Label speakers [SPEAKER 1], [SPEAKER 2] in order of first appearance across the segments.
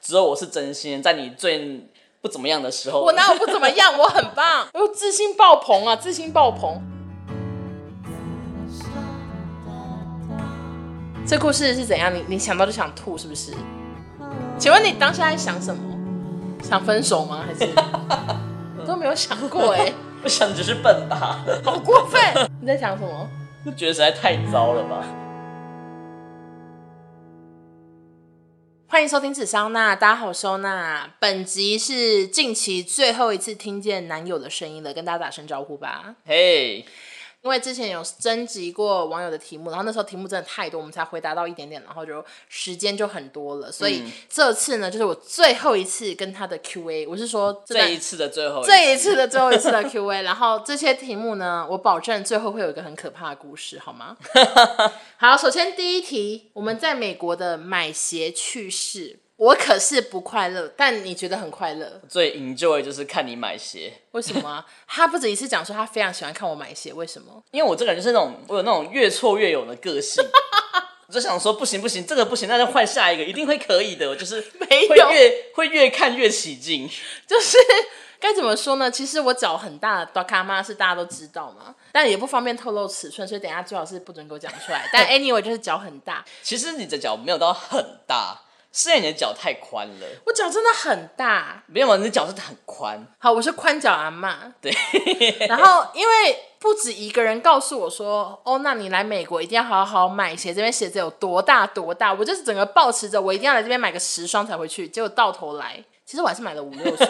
[SPEAKER 1] 只有我是真心，在你最不怎么样的时候，
[SPEAKER 2] 我哪有不怎么样？我很棒，我自信爆棚啊，自信爆棚。这故事是怎样？你你想到就想吐是不是？请问你当下在想什么？想分手吗？还是都没有想过哎、
[SPEAKER 1] 我想只是笨吧，
[SPEAKER 2] 好过分！你在想什么？
[SPEAKER 1] 就 觉得实在太糟了吧。
[SPEAKER 2] 欢迎收听《纸桑娜》，大家好，我收纳。本集是近期最后一次听见男友的声音了，跟大家打声招呼吧。
[SPEAKER 1] 嘿、
[SPEAKER 2] 因为之前有征集过网友的题目，然后那时候题目真的太多，我们才回答到一点点，然后就时间就很多了，所以
[SPEAKER 1] 嗯
[SPEAKER 2] 这次呢，就是我最后一次跟他的 Q&A，我是说这段
[SPEAKER 1] 这一次的最后，
[SPEAKER 2] 这一次的最后一次的 Q&A，然后这些题目呢，我保证最后会有一个很可怕的故事，好 吗？好，首先第一题，我们在美国的买鞋趣事，我可是不快乐，但你觉得很快乐，
[SPEAKER 1] 最 enjoy 就是看你买鞋，
[SPEAKER 2] 为什么啊、他不止一次讲说他非常喜欢看我买鞋，为什么？
[SPEAKER 1] 因为我这个人就是那种我有那种越挫越勇的个 性。我就想说不行不行，这个不行，那就换下一个，一定会可以的。我就是
[SPEAKER 2] 没有
[SPEAKER 1] 会越会越看越起劲，
[SPEAKER 2] 就是该怎么说呢？其实我脚很大的 d 卡妈是大家都知道嘛，但也不方便透露尺寸，所以等一下最好是不准给我讲出来。但 anyway 就是脚很大，
[SPEAKER 1] 其实你的脚没有到很大，是因为你的脚太宽了。
[SPEAKER 2] 我脚真的很大。
[SPEAKER 1] 没有啊嘛，你的脚是很宽，
[SPEAKER 2] 好，我是宽脚阿妈，
[SPEAKER 1] 对，
[SPEAKER 2] 然后因为不止一个人告诉我说，哦，那你来美国一定要好好买鞋，这边鞋子有多大多大，我就是整个抱持着我一定要来这边买个十双才回去，结果到头来。其实我还是买了五六双，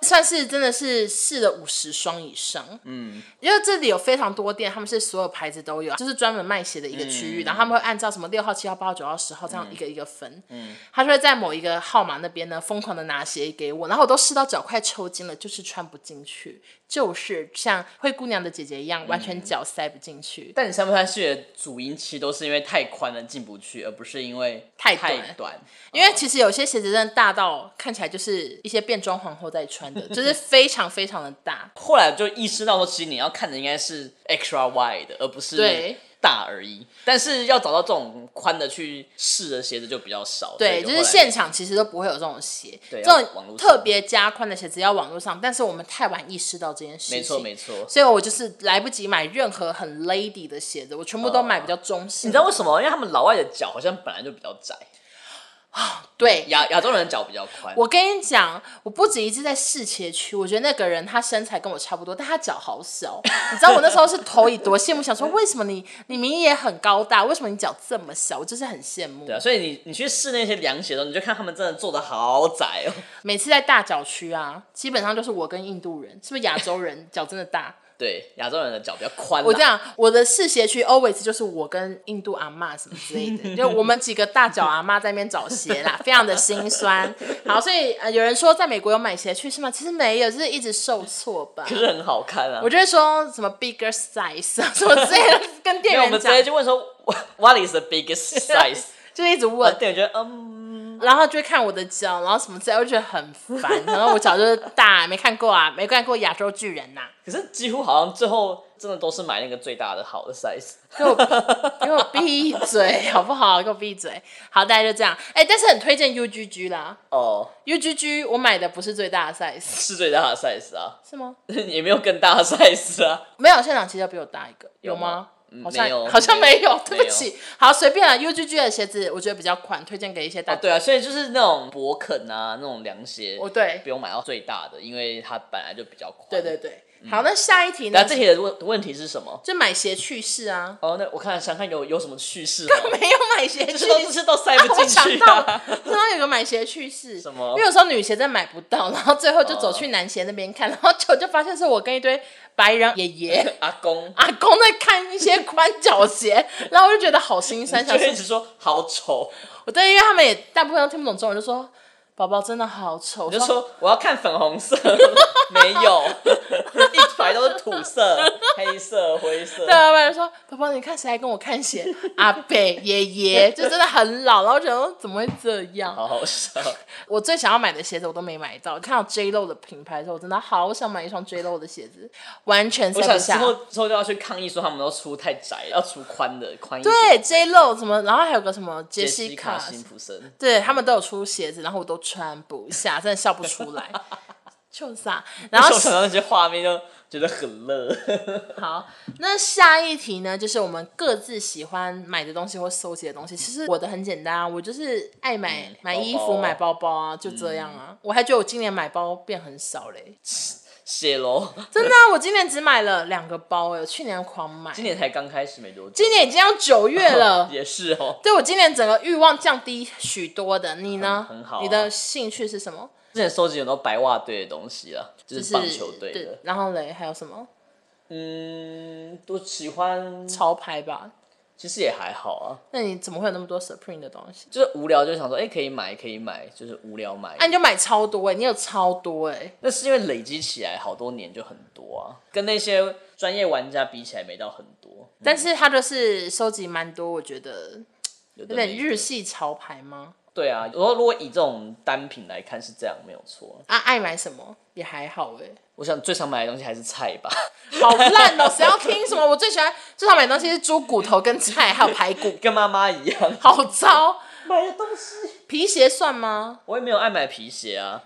[SPEAKER 2] 算是真的是试了五十双以上。嗯，因为这里有非常多店，他们是所有牌子都有，就是专门卖鞋的一个区域。然后他们会按照什么六号、七号、八号、九号、十号这样一个一个分。嗯，他就会在某一个号码那边呢疯狂的拿鞋给我，然后我都试到脚快抽筋了，就是穿不进去，就是像灰姑娘的姐姐一样，完全脚塞不进去。
[SPEAKER 1] 但你上不上去的主因其实都是因为太宽了进不去，而不是因为
[SPEAKER 2] 太短
[SPEAKER 1] 太短。
[SPEAKER 2] 因为其实有些鞋子真的大到看起来就是一些变装皇后在穿的，就是非常非常的大。
[SPEAKER 1] 后来就意识到说，其实你要看的应该是 extra wide 的，而不是
[SPEAKER 2] 对
[SPEAKER 1] 大而已。但是要找到这种宽的去试的鞋子就比较少。
[SPEAKER 2] 对，
[SPEAKER 1] 所以
[SPEAKER 2] 就是
[SPEAKER 1] 后来
[SPEAKER 2] 现场其实都不会有这种鞋，
[SPEAKER 1] 对
[SPEAKER 2] 这
[SPEAKER 1] 要网
[SPEAKER 2] 种
[SPEAKER 1] 络上
[SPEAKER 2] 特别加宽的鞋子要网络上，但是我们太晚意识到这件事情，
[SPEAKER 1] 没错没错。
[SPEAKER 2] 所以我就是来不及买任何很 lady 的鞋子，我全部都买比较中性。
[SPEAKER 1] 你知道为什么？因为他们老外的脚好像本来就比较窄，
[SPEAKER 2] 对，
[SPEAKER 1] 亚亚洲人的脚比较宽。
[SPEAKER 2] 我跟你讲，我不止一次在市街区，我觉得那个人他身材跟我差不多，但他脚好小。你知道我那时候是投以多羡慕，想说为什么你你明明也很高大，为什么你脚这么小？我就是很羡慕。
[SPEAKER 1] 对啊，所以你你去试那些凉鞋的时候，你就看他们真的做的好窄哦。
[SPEAKER 2] 每次在大脚区啊，基本上就是我跟印度人，是不是亚洲人脚真的大？
[SPEAKER 1] 对，亚洲人的脚比较宽啦。啊
[SPEAKER 2] 我这样，我的市鞋区 always 就是我跟印度阿嬷什么之类 的，就我们几个大脚阿嬷在那边找鞋啦，非常的心酸。好，所以呃，有人说在美国有买鞋去是吗？其实没有，就是一直受挫吧。
[SPEAKER 1] 可是很好看啊。
[SPEAKER 2] 我就会说什么 bigger size 啊什么之类的，跟
[SPEAKER 1] 因
[SPEAKER 2] 店
[SPEAKER 1] 为我
[SPEAKER 2] 员
[SPEAKER 1] 们直接
[SPEAKER 2] 讲，
[SPEAKER 1] 就问说 What is the biggest size？
[SPEAKER 2] 就是一直
[SPEAKER 1] 然
[SPEAKER 2] 问
[SPEAKER 1] 后，店员觉得嗯，
[SPEAKER 2] 然后就会看我的脚，然后什么之类的，我就觉得很烦。然后我脚就是大，没看过啊，没看过亚洲巨人呐、
[SPEAKER 1] 可是几乎好像最后真的都是买那个最大的好的 size。
[SPEAKER 2] 给我给我闭嘴好不好？给我闭嘴。好，大家就这样。哎、但是很推荐 UGG 啦
[SPEAKER 1] 哦，
[SPEAKER 2] ，UGG 我买的不是最大的 size，
[SPEAKER 1] 是最大的 size 啊，
[SPEAKER 2] 是吗？
[SPEAKER 1] 也没有更大的 size 啊。
[SPEAKER 2] 没有，现场其实比我大一个，有
[SPEAKER 1] 有
[SPEAKER 2] 吗
[SPEAKER 1] 吗？嗯
[SPEAKER 2] 好像
[SPEAKER 1] 没有
[SPEAKER 2] 好像没有，对
[SPEAKER 1] 没
[SPEAKER 2] 不
[SPEAKER 1] 有
[SPEAKER 2] 起。好，随便啊。UGG 的鞋子我觉得比较宽，推荐给一些大
[SPEAKER 1] 啊，。对啊，所以就是那种勃肯啊，那种凉鞋，
[SPEAKER 2] 哦，对
[SPEAKER 1] 不，用买到最大的，因为它本来就比较宽。
[SPEAKER 2] 对对。对。好，那下一题呢
[SPEAKER 1] 嗯那？这些的问问题是什么？
[SPEAKER 2] 就买鞋趣事啊，
[SPEAKER 1] 哦，那我看想看有有什么趣事吗？
[SPEAKER 2] 没有买鞋
[SPEAKER 1] 这些
[SPEAKER 2] 趣
[SPEAKER 1] 都这
[SPEAKER 2] 事。
[SPEAKER 1] 些都塞不
[SPEAKER 2] 我
[SPEAKER 1] 进
[SPEAKER 2] 想
[SPEAKER 1] 去、
[SPEAKER 2] 到
[SPEAKER 1] 啊
[SPEAKER 2] 了，。知道有个买鞋趣事，
[SPEAKER 1] 什么
[SPEAKER 2] 因为有时候女鞋真的买不到， 然后最后就走去男鞋那边看，
[SPEAKER 1] 哦
[SPEAKER 2] 然后就就发现是我跟一堆白人爷爷
[SPEAKER 1] 阿公，
[SPEAKER 2] 阿公在看一些宽脚鞋，然后我就觉得好心酸，
[SPEAKER 1] 就
[SPEAKER 2] 想
[SPEAKER 1] 一
[SPEAKER 2] 说
[SPEAKER 1] 直说好丑，
[SPEAKER 2] 我对，因为他们也大部分都听不懂中文，就说宝宝真的好丑，
[SPEAKER 1] 我就
[SPEAKER 2] 说
[SPEAKER 1] 说我要看粉红色，没有，一团来都是土色、黑色、灰色
[SPEAKER 2] 对，。老板就说：“宝宝，你看谁来跟我 看鞋？阿贝、爷爷，就真的很老。”然后我想说，怎么会这样？
[SPEAKER 1] 好好笑，
[SPEAKER 2] 我最想要买的鞋子我都没买到。看到 J Lo 的品牌的时候，我真的好想买一双 J Lo 的鞋子，完全
[SPEAKER 1] 我
[SPEAKER 2] 塞
[SPEAKER 1] 想
[SPEAKER 2] 不
[SPEAKER 1] 之
[SPEAKER 2] 下。
[SPEAKER 1] 后之后就要去抗议说他们都出太窄，要出宽的宽一点。，
[SPEAKER 2] 对 J Lo 什么，然后还有个什么杰
[SPEAKER 1] 杰
[SPEAKER 2] 西
[SPEAKER 1] 西
[SPEAKER 2] 卡
[SPEAKER 1] 卡，辛普森，
[SPEAKER 2] 对他们都有出鞋子，然后我都穿不下，真的笑不出 来，就是啊。然后
[SPEAKER 1] 我想到那些画面就觉得很
[SPEAKER 2] 啊
[SPEAKER 1] 乐。
[SPEAKER 2] 好，那下一题呢，就是我们各自喜欢买的东西或收集的东西。其实我的很简单啊，我就是爱买、买衣服、
[SPEAKER 1] 包包嗯啊
[SPEAKER 2] 买包包啊，就这样啊。我还觉得我今年买包变很少 嘞，
[SPEAKER 1] 谢喽，
[SPEAKER 2] 真的、啊，我今年只买了两个包哎、我去年狂买，
[SPEAKER 1] 今年才刚开始没多久，
[SPEAKER 2] 今年已经要九月了。
[SPEAKER 1] 也是哦。
[SPEAKER 2] 对我今年整个欲望降低许多的，你呢？
[SPEAKER 1] 很很好啊
[SPEAKER 2] 你的兴趣是什么？
[SPEAKER 1] 之前收集很多白袜队的东西啦，就
[SPEAKER 2] 就是
[SPEAKER 1] 棒球队
[SPEAKER 2] 对
[SPEAKER 1] 的。，
[SPEAKER 2] 然后嘞还有什么
[SPEAKER 1] 嗯，都喜欢，
[SPEAKER 2] 潮牌吧？
[SPEAKER 1] 其实也还好啊，
[SPEAKER 2] 那你怎么会有那么多 Supreme 的东西？
[SPEAKER 1] 就是无聊就想说，哎、可以买，可以买，就是无聊买。
[SPEAKER 2] 啊，你就买超多哎、你有超多哎、
[SPEAKER 1] 那是因为累积起来好多年就很多啊，跟那些专业玩家比起来没到很多，
[SPEAKER 2] 但是他就是收集蛮多，我觉得
[SPEAKER 1] 有
[SPEAKER 2] 有
[SPEAKER 1] 的
[SPEAKER 2] 点
[SPEAKER 1] 没的
[SPEAKER 2] 日系潮牌吗？
[SPEAKER 1] 对啊，我说如果以这种单品来看是这样没有错。
[SPEAKER 2] 啊，爱买什么也还好 哎、
[SPEAKER 1] 我想最常买的东西还是菜吧，
[SPEAKER 2] 好烂哦、谁要听什么？我最喜欢最常买的东西是猪骨头跟菜，还有排骨，
[SPEAKER 1] 跟妈妈一样
[SPEAKER 2] 好糟。
[SPEAKER 1] 买的东西。
[SPEAKER 2] 皮鞋算吗？
[SPEAKER 1] 我也没有爱买皮鞋啊，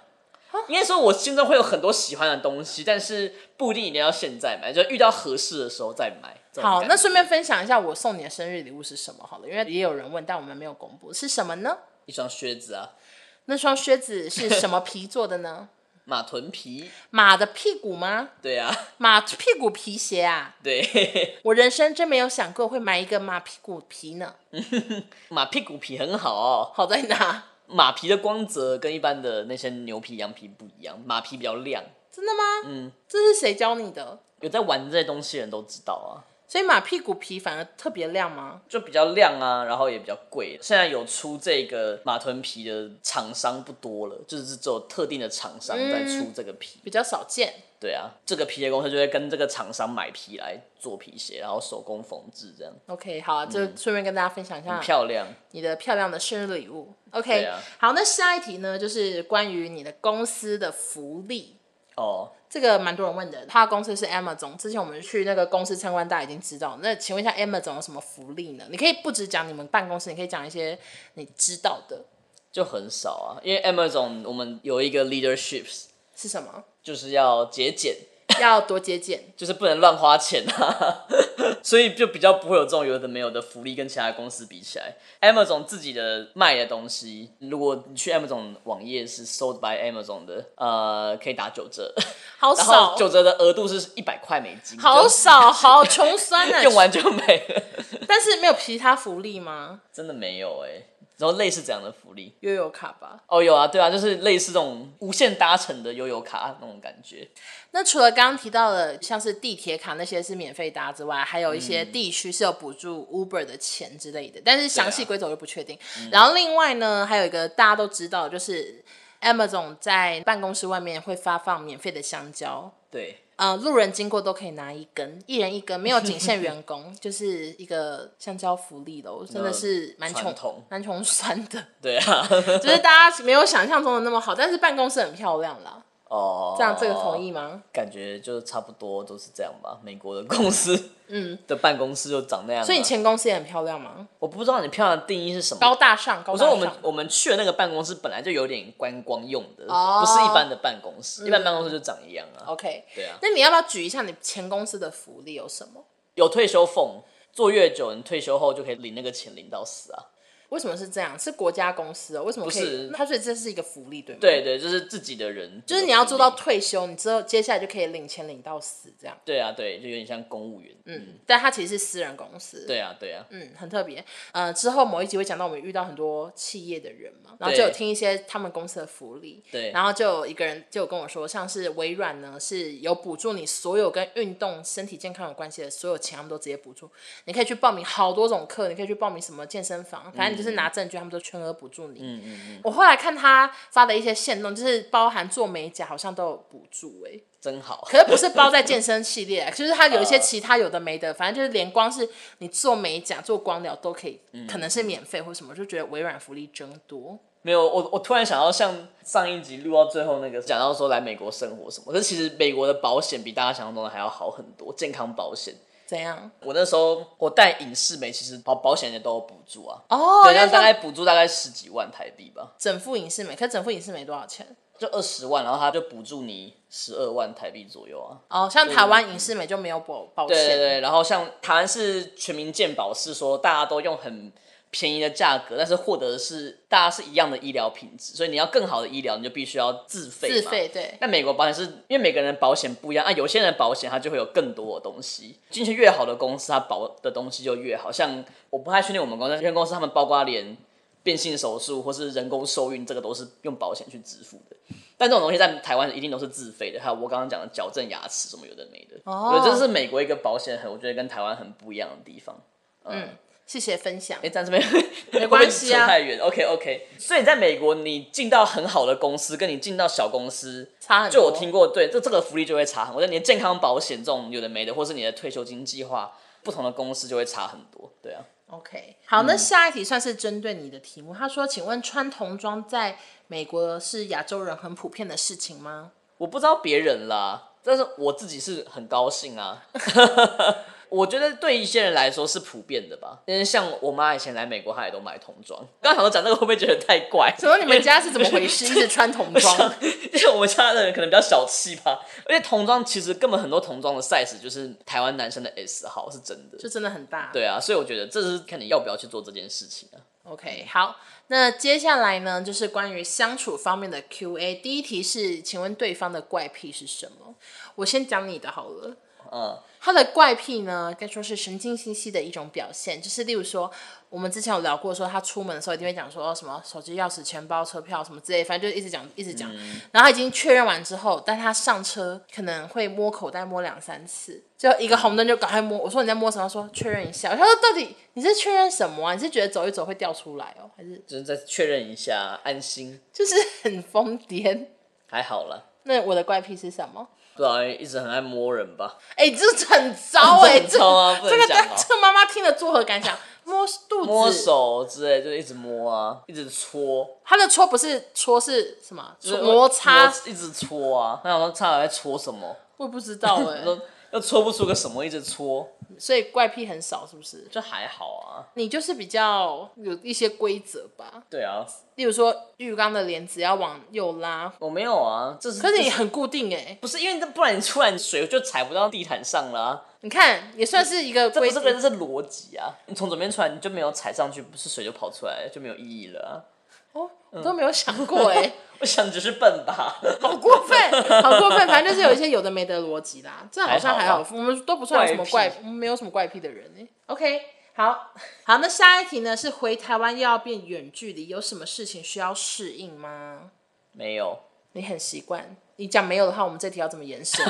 [SPEAKER 1] 应该说我心中会有很多喜欢的东西，但是不一定一定要现在买，就遇到合适的时候再买。这种
[SPEAKER 2] 好，
[SPEAKER 1] 感
[SPEAKER 2] 那
[SPEAKER 1] 觉
[SPEAKER 2] 顺便分享一下我送你的生日礼物是什么好了，因为也有人问，但我们没有公布是什么呢？
[SPEAKER 1] 一双靴子啊，
[SPEAKER 2] 那双靴子是什么皮做的呢？
[SPEAKER 1] 马臀皮，
[SPEAKER 2] 马的屁股吗？
[SPEAKER 1] 对啊，
[SPEAKER 2] 马屁股皮鞋啊！
[SPEAKER 1] 对，
[SPEAKER 2] 我人生真没有想过会买一个马屁股皮呢，
[SPEAKER 1] 马屁股皮很好哦、
[SPEAKER 2] 好在哪？
[SPEAKER 1] 马皮的光泽跟一般的那些牛皮、羊皮不一样，马皮比较亮。
[SPEAKER 2] 真的吗？
[SPEAKER 1] 嗯，
[SPEAKER 2] 这是谁教你的？
[SPEAKER 1] 有在玩这些东西的人都知道啊，
[SPEAKER 2] 所以马屁股皮反而特别亮吗？
[SPEAKER 1] 就比较亮啊，然后也比较贵。现在有出这个马臀皮的厂商不多了，就是只有特定的厂商在出这个皮。
[SPEAKER 2] 比较少见。
[SPEAKER 1] 对啊，这个皮鞋公司就会跟这个厂商买皮来做皮鞋，然后手工缝制这样，
[SPEAKER 2] OK，好、啊，就顺便跟大家分享一
[SPEAKER 1] 嗯很
[SPEAKER 2] 下
[SPEAKER 1] 漂亮。
[SPEAKER 2] 你的漂亮的生日礼物。OK，、
[SPEAKER 1] 对啊
[SPEAKER 2] 好，那下一题呢，就是关于你的公司的福利。
[SPEAKER 1] 哦，
[SPEAKER 2] 这个蛮多人问的，他的公司是 Amazon，之前我们去那个公司参观，大家已经知道。那请问一下，Amazon 有什么福利呢？你可以不只讲你们办公室，你可以讲一些你知道的
[SPEAKER 1] 就很少啊，因为 Amazon 我们有一个 leaderships，
[SPEAKER 2] 是什么，
[SPEAKER 1] 就是要节俭。
[SPEAKER 2] 要多节俭。
[SPEAKER 1] 就是不能乱花钱啊， 所以就比较不会有这种有的没有的福利跟其他公司比起来，Amazon 自己的卖的东西，如果你去 Amazon 网页是 sold by Amazon 的，呃，可以打九 折，
[SPEAKER 2] 好
[SPEAKER 1] 然后
[SPEAKER 2] 少，
[SPEAKER 1] 九折的额度是一百块美金，
[SPEAKER 2] 好
[SPEAKER 1] 就
[SPEAKER 2] 少，好穷酸啊！
[SPEAKER 1] 用完就没了，
[SPEAKER 2] 但是没有其他福利吗？
[SPEAKER 1] 真的没有哎、然后类似这样的福利，
[SPEAKER 2] 悠游卡吧。
[SPEAKER 1] 哦有啊，对啊，就是类似这种无限搭乘的悠游卡那种感觉，
[SPEAKER 2] 那除了刚刚提到的像是地铁卡那些是免费搭之外，还有一些
[SPEAKER 1] 嗯
[SPEAKER 2] 地区是有补助 Uber 的钱之类的，但是详
[SPEAKER 1] 啊
[SPEAKER 2] 细规则我就不确定。
[SPEAKER 1] 嗯
[SPEAKER 2] 然后另外呢，还有一个大家都知道，就是 Amazon 在办公室外面会发放免费的香蕉。
[SPEAKER 1] 对，
[SPEAKER 2] 呃，路人经过都可以拿一根，一人一根，没有仅限员 工，就是一个香蕉福利喽，真的是蛮
[SPEAKER 1] 传
[SPEAKER 2] 穷
[SPEAKER 1] 统、
[SPEAKER 2] 蛮穷酸的，
[SPEAKER 1] 对啊，
[SPEAKER 2] 就是大家没有想象中的那么好，但是办公室很漂亮啦。
[SPEAKER 1] 哦，
[SPEAKER 2] 这样这个同意吗？
[SPEAKER 1] 感觉就差不多都是这样吧。美国的公司，
[SPEAKER 2] 嗯，
[SPEAKER 1] 的办公室就长那样啊、
[SPEAKER 2] 所以你前公司也很漂亮吗？
[SPEAKER 1] 我不知道你漂亮的定义是什么。
[SPEAKER 2] 高大上，高
[SPEAKER 1] 我
[SPEAKER 2] 大
[SPEAKER 1] 说
[SPEAKER 2] 上。
[SPEAKER 1] 我们我们去的那个办公室本来就有点观光用的，
[SPEAKER 2] 哦嗯
[SPEAKER 1] 不是一般的办公室，一般办公室就长一样啊。
[SPEAKER 2] OK，
[SPEAKER 1] 对啊，
[SPEAKER 2] 那你要不要举一下你前公司的福利有什么？
[SPEAKER 1] 有退休俸，做越久，你退休后就可以领那个钱领到死啊。
[SPEAKER 2] 为什么是这样？是国家公司哦？为什么可以
[SPEAKER 1] 不是
[SPEAKER 2] 他所以这是一个福利，对吗？，
[SPEAKER 1] 对对，就是自己的人，
[SPEAKER 2] 就是你要做到
[SPEAKER 1] 这个福利。
[SPEAKER 2] 退休，你之后接下来就可以领钱领到死这样。
[SPEAKER 1] 对啊，对，就有点像公务员。嗯，
[SPEAKER 2] 嗯，但它其实是私人公司。。
[SPEAKER 1] 对啊，对啊，
[SPEAKER 2] 嗯，很特别。呃，之后某一集会讲到我们遇到很多企业的人嘛，然
[SPEAKER 1] 对
[SPEAKER 2] 后就有听一些他们公司的福利。
[SPEAKER 1] 对
[SPEAKER 2] 然后就有一个人就有跟我说，像是微软呢是有补助你所有跟运动、身体健康有关系的所有钱，他们都直接补助。你可以去报名好多种课，你可以去报名什么健身房，反正你就是拿证据，他们都全额补助你。
[SPEAKER 1] 嗯嗯嗯，
[SPEAKER 2] 我后来看他发的一些线动，就是包含做美甲，好像都有补助哎、
[SPEAKER 1] 真好。
[SPEAKER 2] 可是不是包在健身系列，啊就是它有
[SPEAKER 1] 嗯
[SPEAKER 2] 一些其他有的没的，反正就是连光是你做美甲、做光疗都可以，
[SPEAKER 1] 嗯
[SPEAKER 2] 可能是免费或什么，就觉得微软福利真多。
[SPEAKER 1] 没有，我我突然想到，像上一集录到最后那个讲到说来美国生活什么，可是其实美国的保险比大家想象中的还要好很多，健康保险。
[SPEAKER 2] 怎样？
[SPEAKER 1] 我那时候我带影视美，其实保保险也都有补助啊，
[SPEAKER 2] 哦，
[SPEAKER 1] 对，那大
[SPEAKER 2] 要这样
[SPEAKER 1] 概补助大概十几万台币吧，
[SPEAKER 2] 整副影视美，可是整副影视美多少钱？
[SPEAKER 1] 就二十万，然后他就补助你十二万台币左右啊。
[SPEAKER 2] 哦，像台湾影视美就没有保保险，
[SPEAKER 1] 对对对，然后像台湾是全民健保，是说大家都用很便宜的价格，但是获得的是大家是一样的医疗品质，所以你要更好的医疗，你就必须要自费嘛。
[SPEAKER 2] 自费对。
[SPEAKER 1] 那美国保险是因为每个人保险不一样啊，有些人保险它就会有更多的东西，进去越好的公司，它保的东西就越好。像我不太确定我们公司，因为公司他们包括连变性手术或是人工受孕，这个都是用保险去支付的。但这种东西在台湾一定都是自费的，还有我刚刚讲的矫正牙齿什么有的没的，
[SPEAKER 2] 哦
[SPEAKER 1] 对，这是美国一个保险很我觉得跟台湾很不一样的地方。
[SPEAKER 2] 谢谢分享
[SPEAKER 1] 哎、。但是没 没
[SPEAKER 2] 关系啊
[SPEAKER 1] 太远。OK OK，所以你在美国，你进到很好的公司，跟你进到小公司
[SPEAKER 2] 差很
[SPEAKER 1] 就
[SPEAKER 2] 多
[SPEAKER 1] 我听过，对，这这个福利就会差很多。我觉得你的健康保险这种有的没的，或是你的退休金计划，不同的公司就会差很多。对啊，
[SPEAKER 2] OK，好，那下一题算是针对你的题目。他说：“请问穿童装在美国是亚洲人很普遍的事情吗
[SPEAKER 1] 我不知道别人啦，但是我自己是很高兴啊。 我觉得对一些人来说是普遍的吧，因为像我妈以前来美国，她也都买童装。刚刚想说讲这个会不会觉得太怪？”？
[SPEAKER 2] 请问你们家是怎 么回事？一直穿童装？
[SPEAKER 1] 因为我们家的人可能比较小气吧，而且童装其实根本很多童装的 size 就是台湾男生的 S 号是真的，
[SPEAKER 2] 就真的很大。
[SPEAKER 1] 对啊，所以我觉得这是看你要不要去做这件事情啊。
[SPEAKER 2] OK，好，那接下来呢，就是关于相处方面的 Q&A。第一题是，请问对方的怪癖是什么？我先讲你的好了。
[SPEAKER 1] 嗯，
[SPEAKER 2] 他的怪癖呢，该说是神经兮兮的一种表现，就是例如说，我们之前有聊过说他出门的时候一定会讲说哦什么手机、钥匙、钱包、车票什么之类，反正就一直讲一直讲。
[SPEAKER 1] 嗯
[SPEAKER 2] 然后他已经确认完之后，但他上车可能会摸口袋摸两三次，就一个红灯就赶快摸。我说你在摸什么？他说确认一下。他说到底你是确认什么啊？你是觉得走一走会掉出来哦，还是
[SPEAKER 1] 就是再确认一下，安心
[SPEAKER 2] 就是很疯癫？
[SPEAKER 1] 还好啦。
[SPEAKER 2] 那我的怪癖是什么？
[SPEAKER 1] 不然一直很爱摸人吧，
[SPEAKER 2] 哎、这 很糟哎、
[SPEAKER 1] 很糟啊不
[SPEAKER 2] 这
[SPEAKER 1] 能
[SPEAKER 2] 个
[SPEAKER 1] 讲啊
[SPEAKER 2] 大这个妈妈听了作何感想？ 摸肚子，
[SPEAKER 1] 摸手之类，就是一直摸啊，一直搓，
[SPEAKER 2] 他的搓不是搓是什么？
[SPEAKER 1] 就是
[SPEAKER 2] 摩擦？
[SPEAKER 1] 摸一直搓啊。那我说差点在搓什么，
[SPEAKER 2] 我也不 知道哎、
[SPEAKER 1] 都又搓不出个什么，一直搓，
[SPEAKER 2] 所以怪癖很少是不是？
[SPEAKER 1] 就还好啊。
[SPEAKER 2] 你就是比较有一些规则吧，
[SPEAKER 1] 对啊，
[SPEAKER 2] 例如说浴缸的帘子要往右拉，
[SPEAKER 1] 我没有啊，这是
[SPEAKER 2] 可是
[SPEAKER 1] 这
[SPEAKER 2] 你很固定哎、
[SPEAKER 1] 不是因为这不然你突然水就踩不到地毯上了、啊，
[SPEAKER 2] 你看也算是一个
[SPEAKER 1] 这不
[SPEAKER 2] 规
[SPEAKER 1] 是
[SPEAKER 2] 则
[SPEAKER 1] 个。这是逻辑啊！你从左边出来，你就没有踩上去，不是水就跑出来了，就没有意义了、啊。
[SPEAKER 2] 哦，我
[SPEAKER 1] 嗯
[SPEAKER 2] 都没有想过哎、
[SPEAKER 1] 我想只是笨吧，
[SPEAKER 2] 好过分，好过分，反正就是有一些有的没的逻辑啦，这好像还
[SPEAKER 1] 还
[SPEAKER 2] 好，
[SPEAKER 1] 好
[SPEAKER 2] 我们都不算有什么
[SPEAKER 1] 怪
[SPEAKER 2] 怪，
[SPEAKER 1] 癖
[SPEAKER 2] 我们没有什么怪癖的人呢、OK，好好，那下一题呢是回台湾又要变远距离，有什么事情需要适应吗？
[SPEAKER 1] 没有
[SPEAKER 2] 你很习惯，你讲没有的话，我们这题要怎么延伸？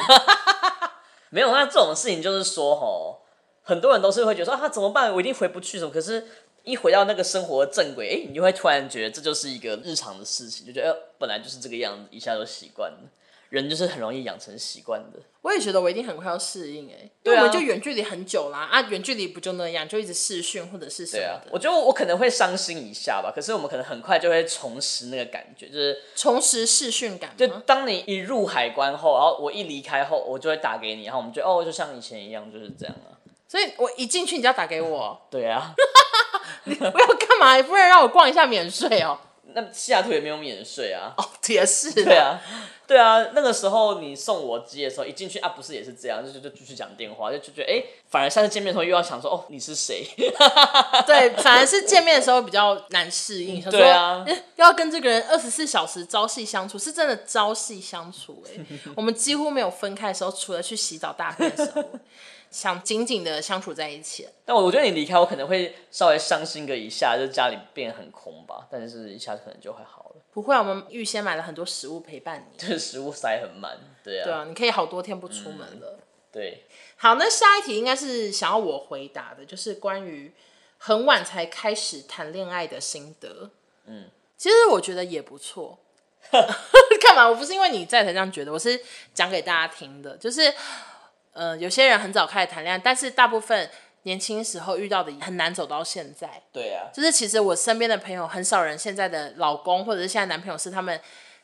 [SPEAKER 1] 没有。那这种事情就是说，吼，很多人都是会觉得说啊，怎么办？我一定回不去什么。可是，一回到那个生活的正轨，哎、你就会突然觉得这就是一个日常的事情，就觉得、呃、本来就是这个样子，一下就习惯了。人就是很容易养成习惯的。
[SPEAKER 2] 我也觉得我一定很快要适应哎、欸，
[SPEAKER 1] 对啊
[SPEAKER 2] 因为我们就远距离很久啦，啊，远距离不就那样，就一直视讯或者是什
[SPEAKER 1] 对啊
[SPEAKER 2] 么，的，
[SPEAKER 1] 我觉得我可能会伤心一下吧，可是我们可能很快就会重拾那个感觉，就是
[SPEAKER 2] 重拾视讯感
[SPEAKER 1] 就
[SPEAKER 2] 吗？
[SPEAKER 1] 当你一入海关后，然后我一离开后，我就会打给你，然后我们就哦，就像以前一样，就是这样啊。
[SPEAKER 2] 所以我一进去你就要打给我，
[SPEAKER 1] 对啊，
[SPEAKER 2] 我要干嘛？不然让我逛一下免税 哦、
[SPEAKER 1] 那西雅图也没有免税啊。
[SPEAKER 2] 哦，也是，
[SPEAKER 1] 对， 啊，对啊，那个时候你送我机的时候，一进去啊，不是也是这样，就就就继续讲电话，就就觉得哎、反而下次见面的时候又要想说哦，你是谁？
[SPEAKER 2] 对，反而是见面的时候比较难 适应。想说
[SPEAKER 1] 对啊
[SPEAKER 2] 诶 要跟这个人二十四小时朝夕相处，是真的朝夕相处 哎、我们几乎没有分开的时候，除了去洗澡大便的时候，想紧紧的相处在一起。
[SPEAKER 1] 但我觉得你离开，我可能会稍微伤心个一下，就家里变得很空吧，但是一下可能就会好了，
[SPEAKER 2] 不会啊，我们预先买了很多食物陪伴你。
[SPEAKER 1] 就是食物塞很满。对啊，
[SPEAKER 2] 对嗯啊，你可以好多天不出门了。
[SPEAKER 1] 对
[SPEAKER 2] 好，那下一题应该是想要我回答的，就是关于很晚才开始谈恋爱的心得。嗯，其实我觉得也不 错。干嘛？我不是因为你在才这样觉得，我是讲给大家听的。就是，呃，有些人很早开始谈恋爱，但是大部分年轻时候遇到的很难走到现在。
[SPEAKER 1] 对啊，
[SPEAKER 2] 就是其实我身边的朋友很少人现在的老公或者是现在男朋友是他们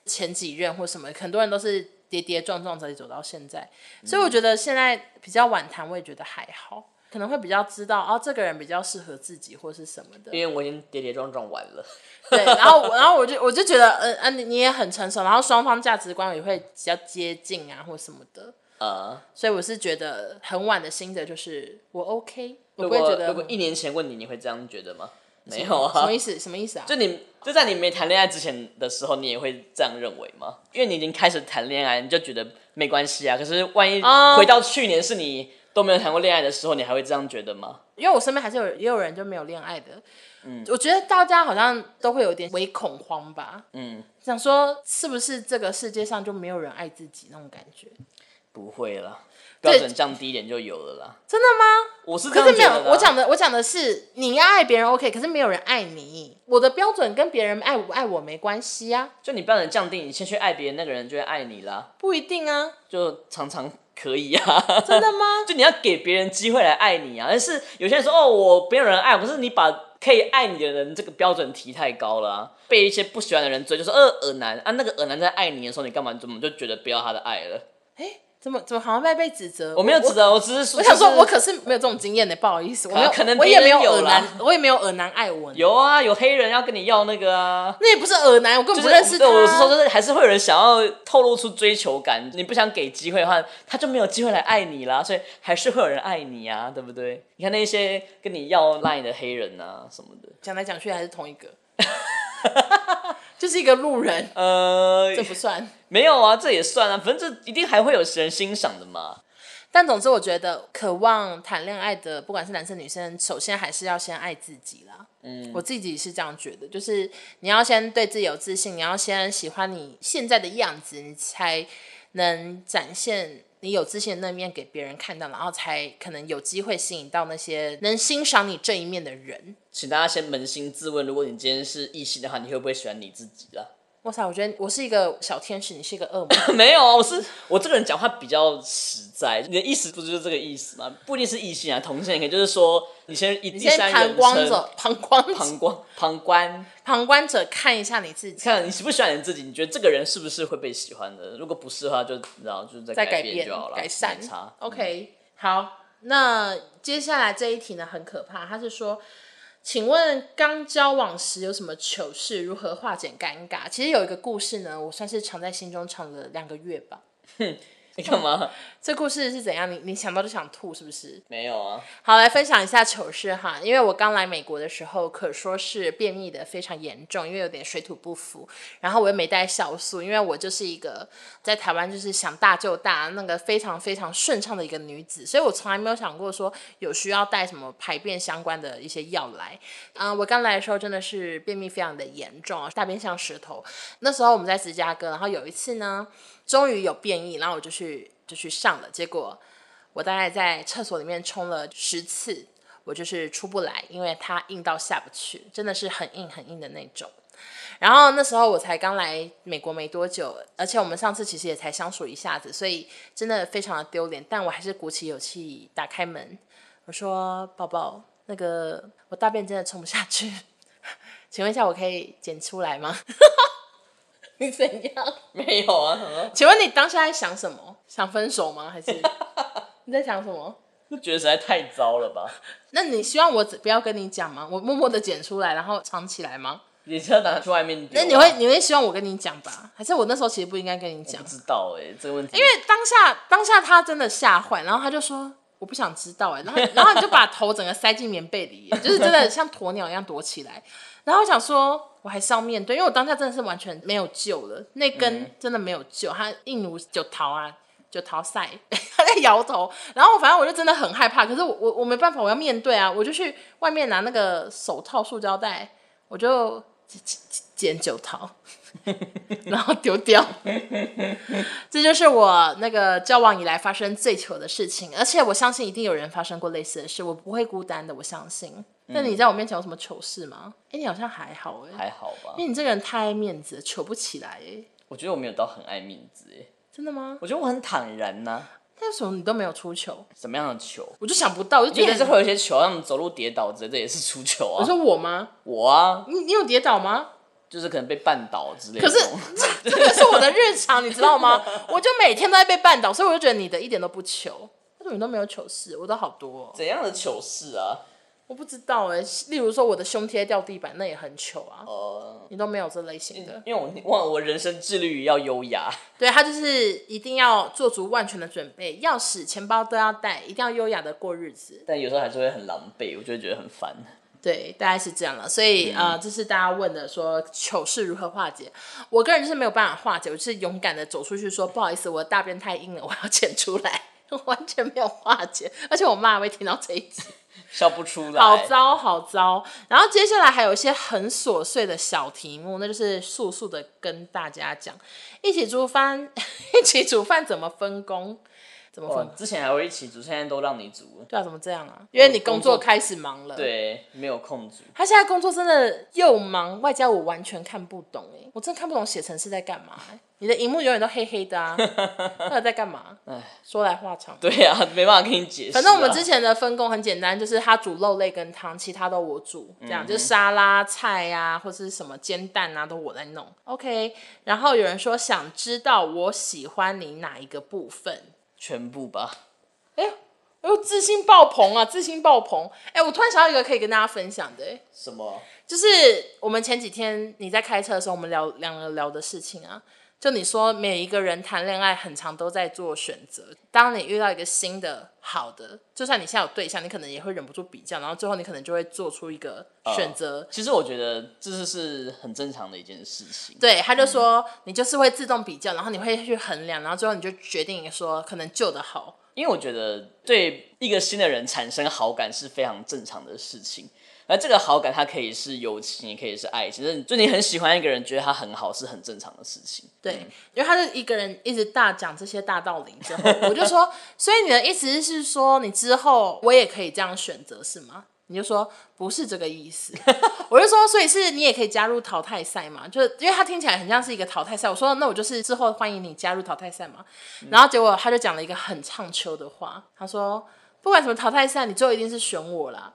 [SPEAKER 2] 前几任或什么，很多人都是跌跌撞撞才走到现在，所
[SPEAKER 1] 嗯
[SPEAKER 2] 以我觉得现在比较晚谈，我也觉得还好，可能会比较知道哦，这个人比较适合自己或是什么的。
[SPEAKER 1] 因为我已经跌跌撞撞完了。
[SPEAKER 2] 对，然后我然后我就我就觉得，嗯、啊，你你也很成熟，然后双方价值观也会比较接近啊，或什么的。
[SPEAKER 1] 呃，
[SPEAKER 2] 所以我是觉得很晚的心得就是我 OK，我
[SPEAKER 1] 如
[SPEAKER 2] 不会觉
[SPEAKER 1] 果
[SPEAKER 2] 得
[SPEAKER 1] 如果一年前问你，你会这样觉得吗？没有啊，
[SPEAKER 2] 什么意思？什么意思啊？
[SPEAKER 1] 就你就在你没谈恋爱之前的时候，你也会这样认为吗？因为你已经开始谈恋爱，你就觉得没关系啊。可是万一
[SPEAKER 2] 哦
[SPEAKER 1] 回到去年是你都没有谈过恋爱的时候，你还会这样觉得吗？
[SPEAKER 2] 因为我身边还是有也有人就没有恋爱的，嗯，我觉得大家好像都会有点微恐慌吧，
[SPEAKER 1] 嗯，
[SPEAKER 2] 想说是不是这个世界上就没有人爱自己那种感觉？
[SPEAKER 1] 不会啦，标准降低一点就有了啦。
[SPEAKER 2] 真的吗？
[SPEAKER 1] 我是这
[SPEAKER 2] 可
[SPEAKER 1] 样
[SPEAKER 2] 是没
[SPEAKER 1] 觉得
[SPEAKER 2] 有，
[SPEAKER 1] 啦
[SPEAKER 2] 我讲的我讲的是你要爱别人 OK，可是没有人爱你。我的标准跟别人爱不爱我没关系啊，
[SPEAKER 1] 就你标准降低，你先去爱别人，那个人就会爱你啦，
[SPEAKER 2] 不一定啊，
[SPEAKER 1] 就常常可以啊。
[SPEAKER 2] 真的吗？
[SPEAKER 1] 就你要给别人机会来爱你啊。但是有些人说哦，我没有人爱我，可是你把可以爱你的人这个标准提太高了、啊，被一些不喜欢的人追，就说呃耳男啊，那个耳男在爱你的时候，你干嘛怎么就觉得不要他的爱了？
[SPEAKER 2] 哎，怎么怎么好像被被指责？
[SPEAKER 1] 我没有指责，我只是说，
[SPEAKER 2] 我想说，
[SPEAKER 1] 就是
[SPEAKER 2] 我可是没有这种经验的，不好意思，我没有，
[SPEAKER 1] 可能
[SPEAKER 2] 我
[SPEAKER 1] 别
[SPEAKER 2] 也
[SPEAKER 1] 人
[SPEAKER 2] 没有
[SPEAKER 1] 有
[SPEAKER 2] 耳
[SPEAKER 1] 啦
[SPEAKER 2] 男，我也没有耳男爱我呢，
[SPEAKER 1] 有啊，有黑人要跟你要那个啊。
[SPEAKER 2] 那也不是耳男，我根本
[SPEAKER 1] 就
[SPEAKER 2] 不
[SPEAKER 1] 是
[SPEAKER 2] 认识他。啊
[SPEAKER 1] 对，我是说，就是还是会有人想要透露出追求感。你不想给机会的话，他就没有机会来爱你啦，所以还是会有人爱你啊，对不对？你看那些跟你要 line 的黑人啊什么的，
[SPEAKER 2] 讲来讲去还是同一个， 就是一个路人，
[SPEAKER 1] 呃，
[SPEAKER 2] 这不算。
[SPEAKER 1] 没有啊，这也算啊，反正这一定还会有人欣赏的嘛。
[SPEAKER 2] 但总之，我觉得渴望谈恋爱的，不管是男生女生，首先还是要先爱自己啦。嗯，我自己是这样觉得，就是你要先对自己有自信，你要先喜欢你现在的样子，你才能展现你有自信的那面给别人看到，然后才可能有机会吸引到那些能欣赏你这一面的人。
[SPEAKER 1] 请大家先扪心自问，如果你今天是异性的话，你会不会喜欢你自己啊啦？
[SPEAKER 2] 哇塞，我觉得我是一个小天使，你是一个恶 魔。
[SPEAKER 1] 没有啊，我是我这个人讲话比较实在，你的意思不就是这个意思吗？不一定是异性啊，同性也可以，就是说你先以 第
[SPEAKER 2] 你先
[SPEAKER 1] 三
[SPEAKER 2] 旁
[SPEAKER 1] 人
[SPEAKER 2] 观
[SPEAKER 1] 称
[SPEAKER 2] 者，旁观者
[SPEAKER 1] 旁观旁观，
[SPEAKER 2] 旁观者看一下你自己，
[SPEAKER 1] 看你喜不喜欢你自己，你觉得这个人是不是会被喜欢的？如果不是的话，就你知道就是在
[SPEAKER 2] 再改
[SPEAKER 1] 变就好了，
[SPEAKER 2] 改善
[SPEAKER 1] 没差。。嗯
[SPEAKER 2] OK，好，那接下来这一题呢很可怕，他是说，请问刚交往时有什么糗事，如何化解尴尬？其实有一个故事呢，我算是藏在心中藏了两个月吧。
[SPEAKER 1] 你干嘛？
[SPEAKER 2] 这故事是怎样？你你想到就想吐，是不是？
[SPEAKER 1] 没有啊，
[SPEAKER 2] 好，来分享一下糗事哈。因为我刚来美国的时候，可说是便秘的非常严重，因为有点水土不服。然后我又没带酵素，因为我就是一个在台湾就是想大就大，那个非常非常顺畅的一个女子，所以我从来没有想过说有需要带什么排便相关的一些药来。嗯、我刚来的时候真的是便秘非常的严重，大便像石头。那时候我们在芝加哥，然后有一次呢，终于有便意，然后我就去就去上了，结果。我大概在厕所里面冲了十次，我就是出不来，因为它硬到下不去，真的是很硬很硬的那种。然后那时候我才刚来美国没多久，而且我们上次其实也才相处一下子，所以真的非常的丢脸。但我还是鼓起勇气打开门，我说：“宝宝，那个我大便真的冲不下去， 请问一下我可以捡出来吗？” 你怎样？
[SPEAKER 1] 没有啊， 什么
[SPEAKER 2] 请问你当下在想什么？想分手吗？还是你在想什么？
[SPEAKER 1] 就觉得实在太糟了吧？
[SPEAKER 2] 那你希望我只不要跟你讲吗？我默默的剪出来，然后藏起来吗？
[SPEAKER 1] 你是要拿去外面丢
[SPEAKER 2] 那
[SPEAKER 1] 啊、
[SPEAKER 2] 你会你会希望我跟你讲吧？还是我那时候其实不应该跟你讲
[SPEAKER 1] 不？知道哎、这个问题，
[SPEAKER 2] 因为当下当下他真的吓坏，然后他就说我不想知道哎，然后 然后你就把头整个塞进棉被里，就是真的像鸵鸟一样躲起来。然后我想说，我还是要面对，因为我当下真的是完全没有救了，那根真的没有救，它硬如九桃啊，九桃赛， 他在摇头。然后反正我就真的很害怕，可是我我我没办法，我要面对啊，我就去外面拿那个手套、塑胶袋，我就捡捡捡九桃， 然后丢掉。 这就是我那个交往以来发生最糗的事情，而且我相信一定有人发生过类似的事，我不会孤单的，我相信。那你在我面前有什么糗事吗？哎、你好像还好哎、
[SPEAKER 1] 嗯还好吧
[SPEAKER 2] 因？为你这个人太爱面子了，糗不起来哎、
[SPEAKER 1] 我觉得我没有到很爱面子耶，
[SPEAKER 2] 真的吗？
[SPEAKER 1] 我觉得我很坦然呐、
[SPEAKER 2] 那为什么你都没有出糗？
[SPEAKER 1] 什么样的球？
[SPEAKER 2] 我就想不到，我就
[SPEAKER 1] 我觉
[SPEAKER 2] 觉
[SPEAKER 1] 得是
[SPEAKER 2] 得
[SPEAKER 1] 会有一些球，他们走路跌倒之类，这也是出球
[SPEAKER 2] 我
[SPEAKER 1] 啊。
[SPEAKER 2] 说我吗？
[SPEAKER 1] 我啊，
[SPEAKER 2] 你你有跌倒吗？
[SPEAKER 1] 就是可能被绊倒之类的
[SPEAKER 2] 可
[SPEAKER 1] 那
[SPEAKER 2] 是
[SPEAKER 1] 种。
[SPEAKER 2] 这个是我的日常，你知道吗？ 我就每天都在被绊倒，所以我就觉得你的一点都不糗。为什么你都没有糗事？我都好多、哦，
[SPEAKER 1] 怎样的糗事啊？
[SPEAKER 2] 我不知道哎、例如说我的胸贴掉地板，那也很糗啊。
[SPEAKER 1] 呃，
[SPEAKER 2] 你都没有这类型的，
[SPEAKER 1] 因为我忘我人生致力于要优雅，
[SPEAKER 2] 对他就是一定要做足万全的准备，钥匙、钱包都要带，一定要优雅的过日子。
[SPEAKER 1] 但有时候还是会很狼狈，我就会觉得很烦。
[SPEAKER 2] 对，大概是这样了。所以、呃，这是大家问的说糗事如何化解。我个人就是没有办法化解，我就是勇敢的走出去说不好意思，我的大便太硬了， 我要剪出来。完全没有化解，而且我妈还会听到这一集，
[SPEAKER 1] 笑不出来，
[SPEAKER 2] 好糟好糟。然后接下来还有一些很琐碎的小题目，那就是速速的跟大家讲，一起煮饭， 一起煮饭怎么分工，怎么
[SPEAKER 1] 哇
[SPEAKER 2] 分工，
[SPEAKER 1] 哦之前还会一起煮，现在都让你煮了。
[SPEAKER 2] 对啊，怎么这样啊？因为你工作
[SPEAKER 1] 工作
[SPEAKER 2] 开始忙了，
[SPEAKER 1] 对，没有空煮。
[SPEAKER 2] 他现在工作真的又忙，外加我完全看不懂哎、我真的看不懂写程式在干嘛、欸。你的荧幕永远都黑黑的啊，到底在干嘛？说来话长。
[SPEAKER 1] 对呀、没办法跟你解释啊、
[SPEAKER 2] 反正我们之前的分工很简单，就是他煮肉类跟汤，其他都我煮，这样、就是沙拉、菜呀、或是什么煎蛋啊，都我在弄。OK，然后有人说想知道我喜欢你哪一个部分，
[SPEAKER 1] 全部吧，
[SPEAKER 2] 哎呦，哎呦，自信爆棚啊，自信爆棚！哎，我突然想到一个可以跟大家分享的、哎
[SPEAKER 1] 什么？
[SPEAKER 2] 就是我们前几天你在开车的时候，我们聊两个聊的事情啊，就你说每一个人谈恋爱很长都在做选择，当你遇到一个新的好的，就算你现在有对象，你可能也会忍不住比较，然后最后你可能就会做出一个选择。
[SPEAKER 1] 其实我觉得这是是很正常的一件事情。
[SPEAKER 2] 对，他就说你就是会自动比较，然后你会去衡量，然后最后你就决定说可能旧的好，
[SPEAKER 1] 因为我觉得对一个新的人产生好感是非常正常的事情，而这个好感它可以是友情，也可以是爱情，就是就你很喜欢一个人，觉得他很好是很正常的事情。
[SPEAKER 2] 对，因为他就一个人一直大讲这些大道理 之后，我就说，所以你的意思是说，你之后我也可以这样选择是吗？你就说不是这个意 思，我就说，所以是你也可以加入淘汰赛嘛？就是因为他听起来很像是一个淘汰赛，我说那我就是之后欢迎你加入淘汰赛嘛。
[SPEAKER 1] 嗯
[SPEAKER 2] 然后结果他就讲了一个很唱秋的话，他说不管什么淘汰赛，你最后一定是选我 啦。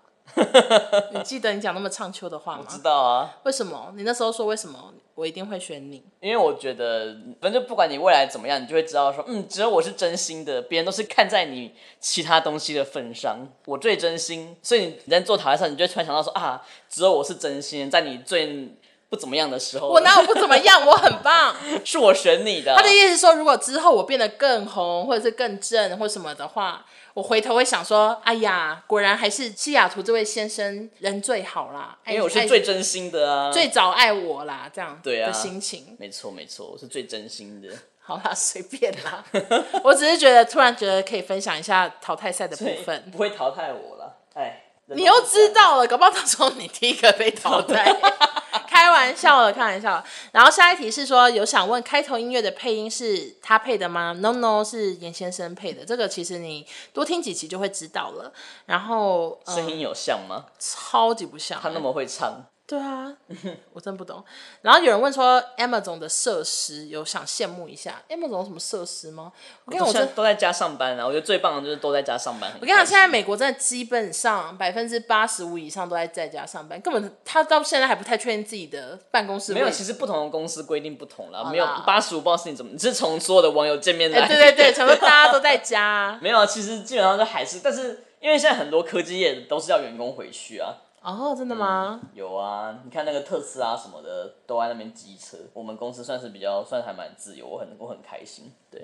[SPEAKER 2] 你记得你讲那么唱秋的话
[SPEAKER 1] 知
[SPEAKER 2] 吗？
[SPEAKER 1] 道啊，
[SPEAKER 2] 为什么？你那时候说为什么我一定会选你？
[SPEAKER 1] 因为我觉得，反正就不管你未来怎么样，你就会知道说，嗯，只有我是真心的，别人都是看在你其他东西的份上，我最真心。所以你在做淘汰赛，你就会突然想到说啊，只有我是真心，在你最不怎么样的时候，
[SPEAKER 2] 我哪有不怎么样？我很 棒。
[SPEAKER 1] 是我选你的。啊
[SPEAKER 2] 他的意思是说，如果之后我变得更红，或者是更正，或什么的话，我回头会想说，哎呀，果然还是西雅图这位先生人最好啦，
[SPEAKER 1] 因为我
[SPEAKER 2] 爱
[SPEAKER 1] 哎是最真心的啊，
[SPEAKER 2] 最早爱我啦，这样
[SPEAKER 1] 对啊
[SPEAKER 2] 的心情。
[SPEAKER 1] 没错没错，我是最真心的。
[SPEAKER 2] 好啦，随便 啦，我只是觉得突然觉得可以分享一下淘汰赛的部
[SPEAKER 1] 对
[SPEAKER 2] 分。
[SPEAKER 1] 不会淘汰我了。哎，人
[SPEAKER 2] 你
[SPEAKER 1] 都
[SPEAKER 2] 又
[SPEAKER 1] 是
[SPEAKER 2] 知
[SPEAKER 1] 这样，
[SPEAKER 2] 道了，搞不好到时候你第一个被淘汰。开玩笑的，开玩笑的。然后下一题是说，有想问开头音乐的配音是他配的吗？No No，是严先生配的。这个其实你多听几集就会知道了。然后、呃、
[SPEAKER 1] 声音有像吗？
[SPEAKER 2] 超级不像，
[SPEAKER 1] 他那么会唱，
[SPEAKER 2] 对啊，我真不懂。然后有人问说，M 总的设施有想羡慕一下，M 总有什么设施吗？我跟你
[SPEAKER 1] 我
[SPEAKER 2] 讲，我
[SPEAKER 1] 现
[SPEAKER 2] 真
[SPEAKER 1] 在都在家上班啊。我觉得最棒的就是都在家上班。
[SPEAKER 2] 我
[SPEAKER 1] 我
[SPEAKER 2] 跟你讲，现在美国真的基本上百分之八十五以上都在在家上班，根本他到现在还不太确定自己的办公室
[SPEAKER 1] 没
[SPEAKER 2] 位
[SPEAKER 1] 有，
[SPEAKER 2] 置
[SPEAKER 1] 其。实不同的公司规定不同啦。
[SPEAKER 2] 啦
[SPEAKER 1] 没有八十五，不知道是你怎么，你是从所有的网友见面来。
[SPEAKER 2] 哎，对对对，全部大家都在
[SPEAKER 1] 。
[SPEAKER 2] 家啊
[SPEAKER 1] 没有啊，其实基本上就还是，但是因为现在很多科技业都是要员工回去啊。
[SPEAKER 2] 哦，真的吗？
[SPEAKER 1] 有啊，你看那个特斯拉什么的都在那边机车，我们公司算是比较算还蛮自由，我很我很开心。对，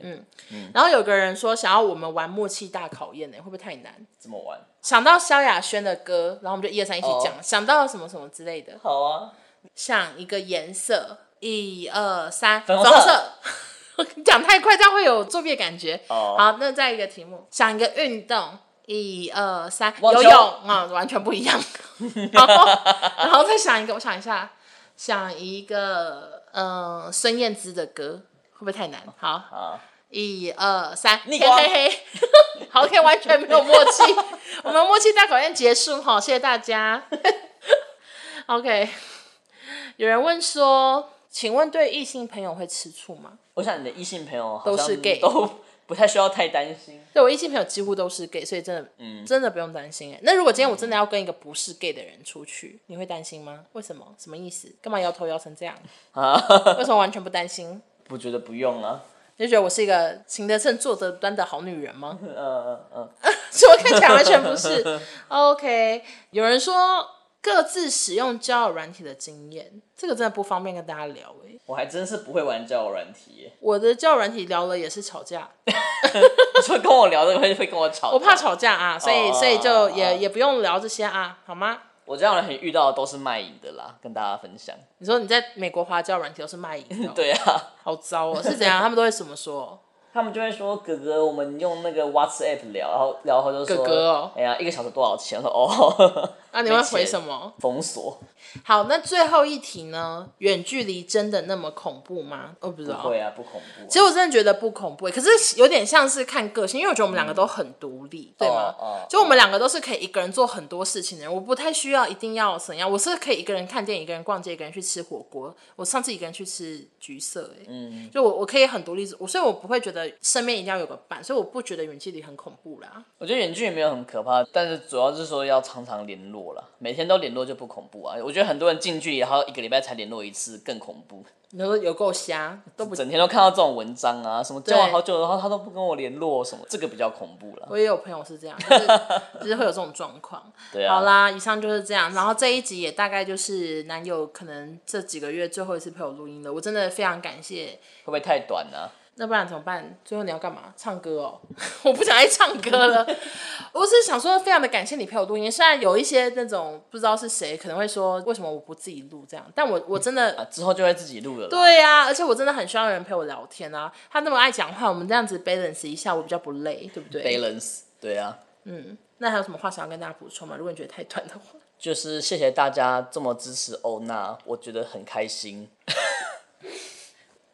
[SPEAKER 2] 嗯然后有个人说想要我们玩默契大考验呢、欸会不会太难？
[SPEAKER 1] 这么玩
[SPEAKER 2] 想到萧亚轩的歌，然后我们就一二三一起讲。
[SPEAKER 1] 哦
[SPEAKER 2] 想到什么什么之类的，
[SPEAKER 1] 好啊，
[SPEAKER 2] 像一个颜色，一二三，
[SPEAKER 1] 粉红
[SPEAKER 2] 色。
[SPEAKER 1] 色
[SPEAKER 2] 讲太快，这样会有作弊的感觉。
[SPEAKER 1] 哦
[SPEAKER 2] 好，那再一个题目，想一个运动，一二三，
[SPEAKER 1] 网球
[SPEAKER 2] 游泳啊、完全不一样。 然后，然后再想一个，我想一下，想一个，嗯、孙燕姿的歌，会不会太难？好，
[SPEAKER 1] 啊。
[SPEAKER 2] 一二三，
[SPEAKER 1] 逆
[SPEAKER 2] 天
[SPEAKER 1] 光
[SPEAKER 2] 黑黑， OK，完全没有默契。我们默契大考验结束哈，谢谢大家。OK，有人问说，请问对异性朋友会吃醋吗？
[SPEAKER 1] 我想你的异性朋友好
[SPEAKER 2] 都是
[SPEAKER 1] 像
[SPEAKER 2] gay
[SPEAKER 1] 都不太需要太担心。
[SPEAKER 2] 对我异性朋友几乎都是 gay，所以真的，
[SPEAKER 1] 嗯
[SPEAKER 2] 真的不用担心哎。那如果今天我真的要跟一个不是 gay 的人出去，你会担心吗？为什么？什么意思？干嘛摇头摇成这 样？为什么完全不担心？
[SPEAKER 1] 我觉得不用啊，
[SPEAKER 2] 你就觉得我是一个行得正坐得端的好女人 吗？
[SPEAKER 1] 嗯嗯嗯，
[SPEAKER 2] 怎么看起来完全不是？OK，有人说各自使用交友软体的经验，这个真的不方便跟大家聊诶、
[SPEAKER 1] 我还真是不会玩交友软体耶，
[SPEAKER 2] 我的交友软体聊了也是吵架，
[SPEAKER 1] 你说跟我聊这个会会跟我吵，
[SPEAKER 2] 我怕。吵架啊，所以所以就
[SPEAKER 1] 哦哦
[SPEAKER 2] 也也不用聊这些啊，好吗？
[SPEAKER 1] 我这样的人遇到的都是卖淫的啦，跟大家分享。
[SPEAKER 2] 你说你在美国花交友软体都是卖淫的哦，
[SPEAKER 1] 对啊，
[SPEAKER 2] 好糟哦，是怎样？他们都会怎么说？
[SPEAKER 1] 他们就会说哥哥，我们用那个 WhatsApp 聊，然后聊后就说
[SPEAKER 2] 哥哥哦
[SPEAKER 1] 哎呀，一个小时多少钱？我说哦，
[SPEAKER 2] 那、啊你
[SPEAKER 1] 没
[SPEAKER 2] 会
[SPEAKER 1] 钱
[SPEAKER 2] 回什么？
[SPEAKER 1] 封锁
[SPEAKER 2] 好，那最后一题呢？远距离真的那么恐怖吗？我不知
[SPEAKER 1] 不
[SPEAKER 2] 道，
[SPEAKER 1] 会啊，不恐怖啊、
[SPEAKER 2] 其实我真的觉得不恐怖欸，可是有点像是看个性，因为我觉得我们两个都很独立，对吗？
[SPEAKER 1] 哦哦
[SPEAKER 2] 就我们两个都是可以一个人做很多事情的人，我不太需要一定要怎样，我是可以一个人看电影、一个人逛街、一个人去吃火锅。我上次一个人去吃橘色、欸，
[SPEAKER 1] 嗯，
[SPEAKER 2] 就我我可以很独立，我所以我不会觉得身边一定要有个伴，所以我不觉得远距离很恐怖啦。
[SPEAKER 1] 我觉得远距也没有很可怕，但是主要是说要常常联络啦，每天都联络就不恐怖啊。我觉得很多人近距离，然后一个礼拜才联络一次，更恐怖。
[SPEAKER 2] 你说有够瞎，都不
[SPEAKER 1] 整天都看到这种文章啊，什么交往
[SPEAKER 2] 对
[SPEAKER 1] 好久，然后他都不跟我联络，什么这个比较恐怖了。
[SPEAKER 2] 我也有朋友是这样，就是就是会有这种状况。
[SPEAKER 1] 对啊
[SPEAKER 2] 好啦，以上就是这样。然后这一集也大概就是男友可能这几个月最后一次陪我录音了，我真的非常感谢。
[SPEAKER 1] 会不会太短啊呢、
[SPEAKER 2] 那不然怎么办？最后你要干嘛？唱歌哦， 我不想再唱 歌了。我是想说，非常的感谢你陪我录音。虽然有一些那种不知道是谁可能会说为什么我不自己录这样，但我我真的
[SPEAKER 1] 啊？之后就会自己录了啦。
[SPEAKER 2] 对呀、而且我真的很需要有人陪我聊天啊。他那么爱讲话，我们这样子 balance 一下，我比较不累，对不对
[SPEAKER 1] balance，对啊，
[SPEAKER 2] 那还有什么话想要跟大家补充吗？如果你觉得太短的话，
[SPEAKER 1] 就是谢谢大家这么支持欧娜，我觉得很开心。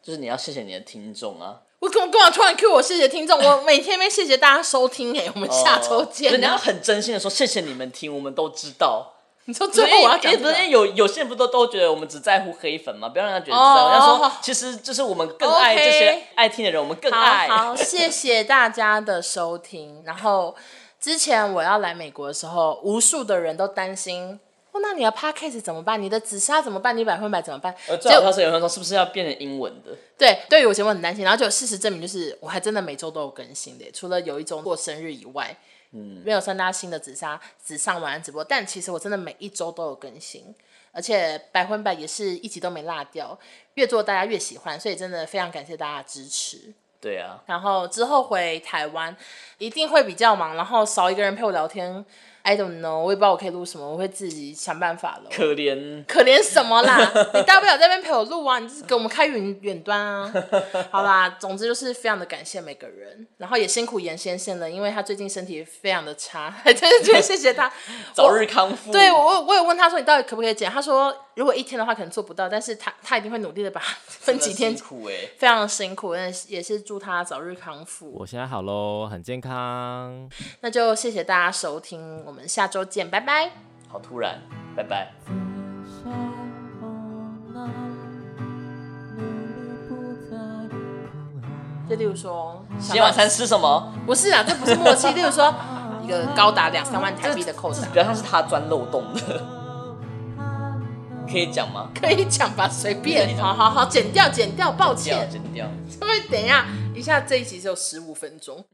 [SPEAKER 1] 就是你要谢谢你的听众啊，
[SPEAKER 2] 我干嘛干嘛突然 Q 我谢谢听众，我每天没谢谢大家收听哎、 我们下周见。啊
[SPEAKER 1] 人家很真心的说谢谢你们听，我们都知道。
[SPEAKER 2] 你说最
[SPEAKER 1] 所以
[SPEAKER 2] 后我要讲
[SPEAKER 1] 因
[SPEAKER 2] 这
[SPEAKER 1] 为
[SPEAKER 2] 个
[SPEAKER 1] 不是因为哎有有些人不都都觉得我们只在乎黑粉嘛？不要让他觉得只在
[SPEAKER 2] 哦
[SPEAKER 1] 乎。人家
[SPEAKER 2] 哦
[SPEAKER 1] 说其实就是我们更爱这些
[SPEAKER 2] OK
[SPEAKER 1] 爱听的人，我们更爱。
[SPEAKER 2] 好好，谢谢大家的收听。然后之前我要来美国的时候，无数的人都担心。哦，那你的 podcast 怎么办？你的紫砂怎么办？你百分百怎么办？
[SPEAKER 1] 呃，
[SPEAKER 2] 结
[SPEAKER 1] 最好
[SPEAKER 2] 果
[SPEAKER 1] 笑是有人说是不是要变成英文的？
[SPEAKER 2] 对，对于我以前我很担心，然后就事实证明，就是我还真的每周都有更新的耶，除了有一周过生日以外，嗯，没有参加新的紫砂只上晚安直播，但其实我真的每一周都有更新，而且百分百也是一集都没落掉，越做大家越喜欢，所以真的非常感谢大家的支持。
[SPEAKER 1] 对啊，
[SPEAKER 2] 然后之后回台湾一定会比较忙，然后少一个人陪我聊天，I don't know，我也不知道我可以录什么，我会自己想办法了。
[SPEAKER 1] 可怜
[SPEAKER 2] 可怜什么啦？ 你大不了在那边陪我录啊，你就是给我们开远远端啊。 好啦，总之就是非常的感谢每个人，然后也辛苦严先生了，因为他最近身体非常的差， 还真的觉得谢谢他。
[SPEAKER 1] 早日康复。
[SPEAKER 2] 对我，我有问他说你到底可不可以减？他说如果一天的话可能做不到，但是他他一定会努力的把它分几天
[SPEAKER 1] 真的，辛苦哎、
[SPEAKER 2] 非常辛苦，但是也是祝他早日康复。
[SPEAKER 3] 我现在好喽，很健康。
[SPEAKER 2] 那就谢谢大家收听，我们下周见，拜拜。
[SPEAKER 1] 好突然，拜拜。
[SPEAKER 4] 自相往来，努力不再苦
[SPEAKER 2] 就例如说，
[SPEAKER 1] 今天晚餐吃什么？
[SPEAKER 2] 不是啊，这不是默 契。例如说，一个高达两三万台币的扣打
[SPEAKER 1] 比，较像是他钻漏洞的，
[SPEAKER 4] 寒。
[SPEAKER 1] 可以讲吗？
[SPEAKER 2] 可以讲吧，随便。好好好，剪掉，剪掉，抱
[SPEAKER 1] 剪掉
[SPEAKER 2] 歉。
[SPEAKER 1] 剪掉。
[SPEAKER 2] 因为等一下，一下这一集只有十五分钟。